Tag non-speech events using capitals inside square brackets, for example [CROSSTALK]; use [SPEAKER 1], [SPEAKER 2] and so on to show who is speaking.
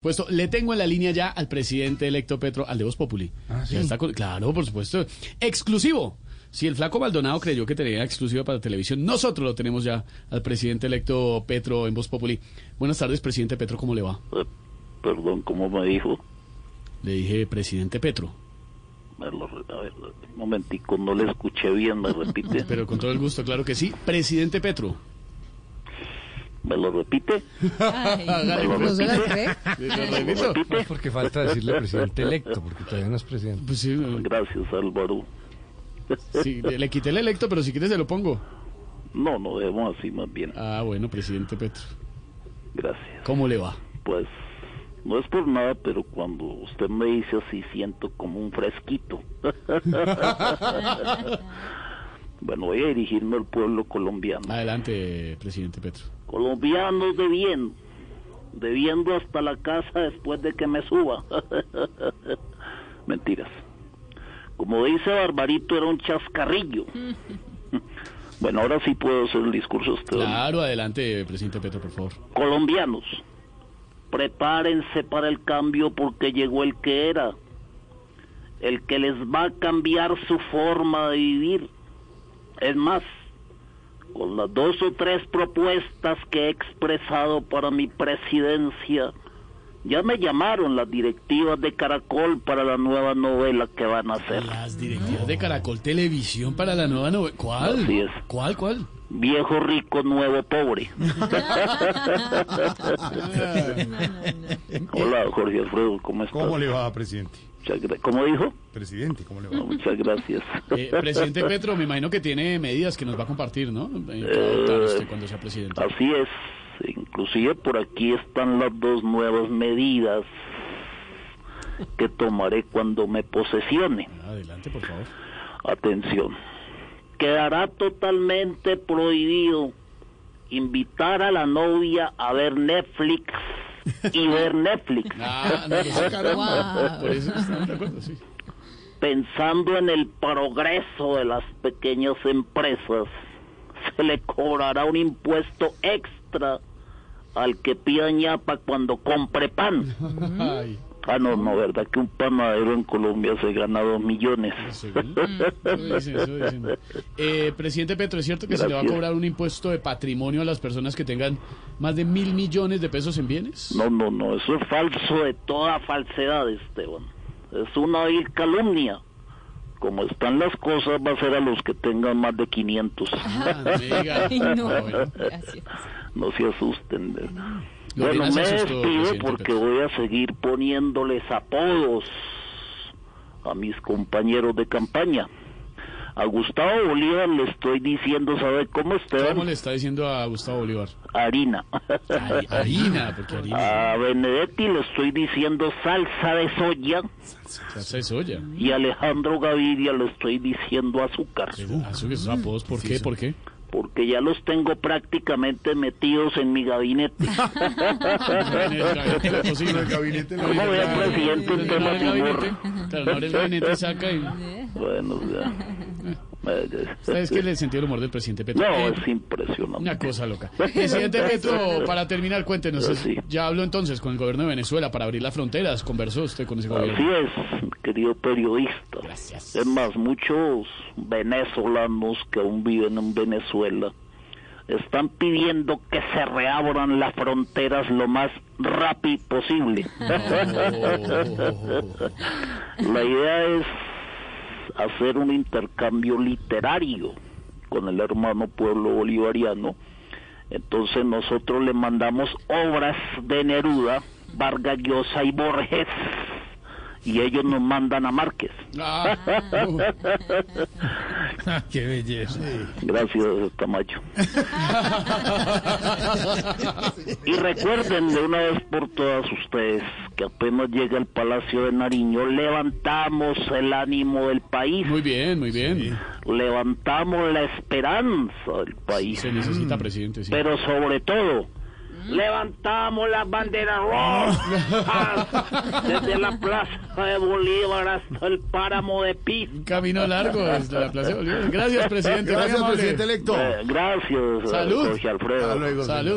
[SPEAKER 1] Puesto, le tengo en la línea ya al presidente electo Petro, al de Voz Populi.
[SPEAKER 2] Ah, ¿sí?
[SPEAKER 1] Ya está con- claro, por supuesto. Exclusivo. Si el flaco Maldonado creyó que tenía exclusiva para televisión, nosotros lo tenemos ya al presidente electo Petro en Voz Populi. Buenas tardes, presidente Petro, ¿cómo le va?
[SPEAKER 3] Eh, Perdón, ¿cómo me dijo?
[SPEAKER 1] Le dije, presidente Petro,
[SPEAKER 3] Me lo re- a ver, un momentico, no le escuché bien, me repite.
[SPEAKER 1] [LAUGHS] pero con todo el gusto, claro que sí. Presidente Petro.
[SPEAKER 3] ¿Me lo repite?
[SPEAKER 1] Hágale,
[SPEAKER 3] no
[SPEAKER 1] pues.
[SPEAKER 3] se la
[SPEAKER 4] ¿eh?
[SPEAKER 3] cree.
[SPEAKER 1] ¿Lo
[SPEAKER 3] ¿Me lo
[SPEAKER 1] repito?
[SPEAKER 3] repite?
[SPEAKER 2] Porque falta decirle presidente electo, porque todavía no es presidente.
[SPEAKER 1] Pues sí,
[SPEAKER 3] Gracias, Álvaro.
[SPEAKER 1] sí, le quité el electo, pero si quieres se lo pongo.
[SPEAKER 3] No, no debemos así más bien.
[SPEAKER 1] Ah, bueno, presidente Petro.
[SPEAKER 3] Gracias.
[SPEAKER 1] ¿Cómo le va?
[SPEAKER 3] Pues, no es por nada, pero cuando usted me dice así, siento como un fresquito. [LAUGHS] bueno, voy a dirigirme al pueblo colombiano.
[SPEAKER 1] Adelante, presidente Petro.
[SPEAKER 3] Colombianos de bien, debiendo hasta la casa después de que me suba. [LAUGHS] Mentiras. Como dice Barbarito, era un chascarrillo. bueno, ahora sí puedo hacer el discurso. a usted.
[SPEAKER 1] Claro, adelante, presidente Petro, por favor.
[SPEAKER 3] Colombianos, prepárense para el cambio porque llegó el que era, el que les va a cambiar su forma de vivir. Es más, con las dos o tres propuestas que he expresado para mi presidencia, ya me llamaron las directivas de Caracol para la nueva novela que van a hacer.
[SPEAKER 1] Las directivas de Caracol Televisión para la nueva novela. ¿Cuál?
[SPEAKER 3] Así es.
[SPEAKER 1] ¿Cuál, cuál?
[SPEAKER 3] Viejo rico, nuevo pobre. Hola, Jorge Alfredo, ¿cómo estás?
[SPEAKER 5] ¿Cómo le va, presidente?
[SPEAKER 3] Muchas gra- ¿Cómo dijo?
[SPEAKER 5] Presidente, ¿cómo le va?
[SPEAKER 3] Muchas gracias.
[SPEAKER 1] Eh,
[SPEAKER 3] [LAUGHS]
[SPEAKER 1] presidente Petro, me imagino que tiene medidas que nos va a compartir, ¿no? Eh, que va a adoptar usted cuando sea presidente.
[SPEAKER 3] Así es. Inclusive por aquí están las dos nuevas medidas que tomaré cuando me posesione.
[SPEAKER 1] Ah, Adelante, por favor.
[SPEAKER 3] Atención. Quedará totalmente prohibido invitar a la novia a ver Netflix y ver Netflix
[SPEAKER 1] Ah, no, no sé, caramba. Por eso estamos de acuerdo, sí.
[SPEAKER 3] pensando en el progreso de las pequeñas empresas, se le cobrará un impuesto extra al que pida ñapa cuando compre pan.
[SPEAKER 1] [LAUGHS] Ay,
[SPEAKER 3] Ah, no, no, ¿verdad? Que un panadero en Colombia se gana dos millones.
[SPEAKER 1] según- eso dicen, eso dicen. Eh, presidente Petro, ¿es cierto que se le va a
[SPEAKER 3] Gracias.
[SPEAKER 1] cobrar un impuesto de patrimonio a las personas que tengan más de mil millones de pesos en bienes?
[SPEAKER 3] No, no, no, eso es falso de toda falsedad, Esteban. Es una vil calumnia. Como están las cosas, va a ser a los que tengan más de 500.
[SPEAKER 1] Ah, no me [LAUGHS] diga.
[SPEAKER 4] Ay, no.
[SPEAKER 1] Ah, bueno.
[SPEAKER 4] Gracias.
[SPEAKER 3] No se asusten. ¿eh?
[SPEAKER 1] Lo
[SPEAKER 3] Bueno,
[SPEAKER 1] apenas
[SPEAKER 3] me
[SPEAKER 1] asustó,
[SPEAKER 3] despido
[SPEAKER 1] presidente
[SPEAKER 3] porque
[SPEAKER 1] Petro.
[SPEAKER 3] voy a seguir poniéndoles apodos a mis compañeros de campaña. A Gustavo Bolívar le estoy diciendo, ¿sabe cómo
[SPEAKER 1] ¿Cómo
[SPEAKER 3] Esteban?
[SPEAKER 1] le está diciendo a Gustavo Bolívar?
[SPEAKER 3] Harina.
[SPEAKER 1] Ay, harina, porque harina
[SPEAKER 3] A Benedetti le estoy diciendo salsa de soya
[SPEAKER 1] salsa de soya.
[SPEAKER 3] y a Alejandro Gaviria le estoy diciendo azúcar.
[SPEAKER 1] Ah, eso que esos apodos, ¿por qué? ¿Por qué?
[SPEAKER 3] Porque ya los tengo prácticamente metidos en mi gabinete.
[SPEAKER 1] [LAUGHS] En el gabinete la cocina.
[SPEAKER 5] gabinete
[SPEAKER 1] En
[SPEAKER 5] la-
[SPEAKER 1] el
[SPEAKER 3] ¿Cómo ve,
[SPEAKER 1] gabinete.
[SPEAKER 3] presidente, un
[SPEAKER 1] En
[SPEAKER 3] tema
[SPEAKER 1] el
[SPEAKER 3] de humor?
[SPEAKER 1] gabinete. Claro, abre el gabinete y saca y...
[SPEAKER 3] Bueno, ya. Vaya.
[SPEAKER 1] ¿Sabes qué? Le sentí el humor del presidente Petro.
[SPEAKER 3] No,
[SPEAKER 1] Eh,
[SPEAKER 3] es impresionante.
[SPEAKER 1] Una cosa loca. Presidente Petro, para terminar, cuéntenos. es-
[SPEAKER 3] Sí.
[SPEAKER 1] Ya habló entonces con el gobierno de Venezuela para abrir las fronteras. Conversó usted con ese
[SPEAKER 3] Así
[SPEAKER 1] gobierno.
[SPEAKER 3] es, querido periodista.
[SPEAKER 1] Gracias.
[SPEAKER 3] Es más, muchos venezolanos que aún viven en Venezuela están pidiendo que se reabran las fronteras lo más rápido posible.
[SPEAKER 1] Oh.
[SPEAKER 3] La idea es hacer un intercambio literario con el hermano pueblo bolivariano. Entonces nosotros le mandamos obras de Neruda, Vargas Llosa y Borges, y ellos nos mandan a Márquez.
[SPEAKER 2] [LAUGHS]
[SPEAKER 1] Ah,
[SPEAKER 2] Ah, ¡Qué belleza!
[SPEAKER 3] Gracias, Camacho.
[SPEAKER 1] uh.
[SPEAKER 3] Y recuerden de una vez por todas ustedes que apenas llega el Palacio de Nariño, levantamos el ánimo del país,
[SPEAKER 1] [LAUGHS] muy bien, muy bien.
[SPEAKER 3] levantamos la esperanza del país.
[SPEAKER 1] Se necesita presidente, sí.
[SPEAKER 3] pero sobre todo levantamos las banderas
[SPEAKER 5] [LAUGHS]
[SPEAKER 3] rojas desde la plaza de Bolívar hasta el páramo de Piz.
[SPEAKER 1] Un camino largo desde la Plaza de Bolívar. Gracias, presidente. muy
[SPEAKER 5] Gracias,
[SPEAKER 1] amable.
[SPEAKER 5] presidente electo.
[SPEAKER 3] Eh, gracias, eh,
[SPEAKER 1] Salud.
[SPEAKER 3] Jorge Alfredo.
[SPEAKER 5] Hasta luego, señor.
[SPEAKER 1] Salud.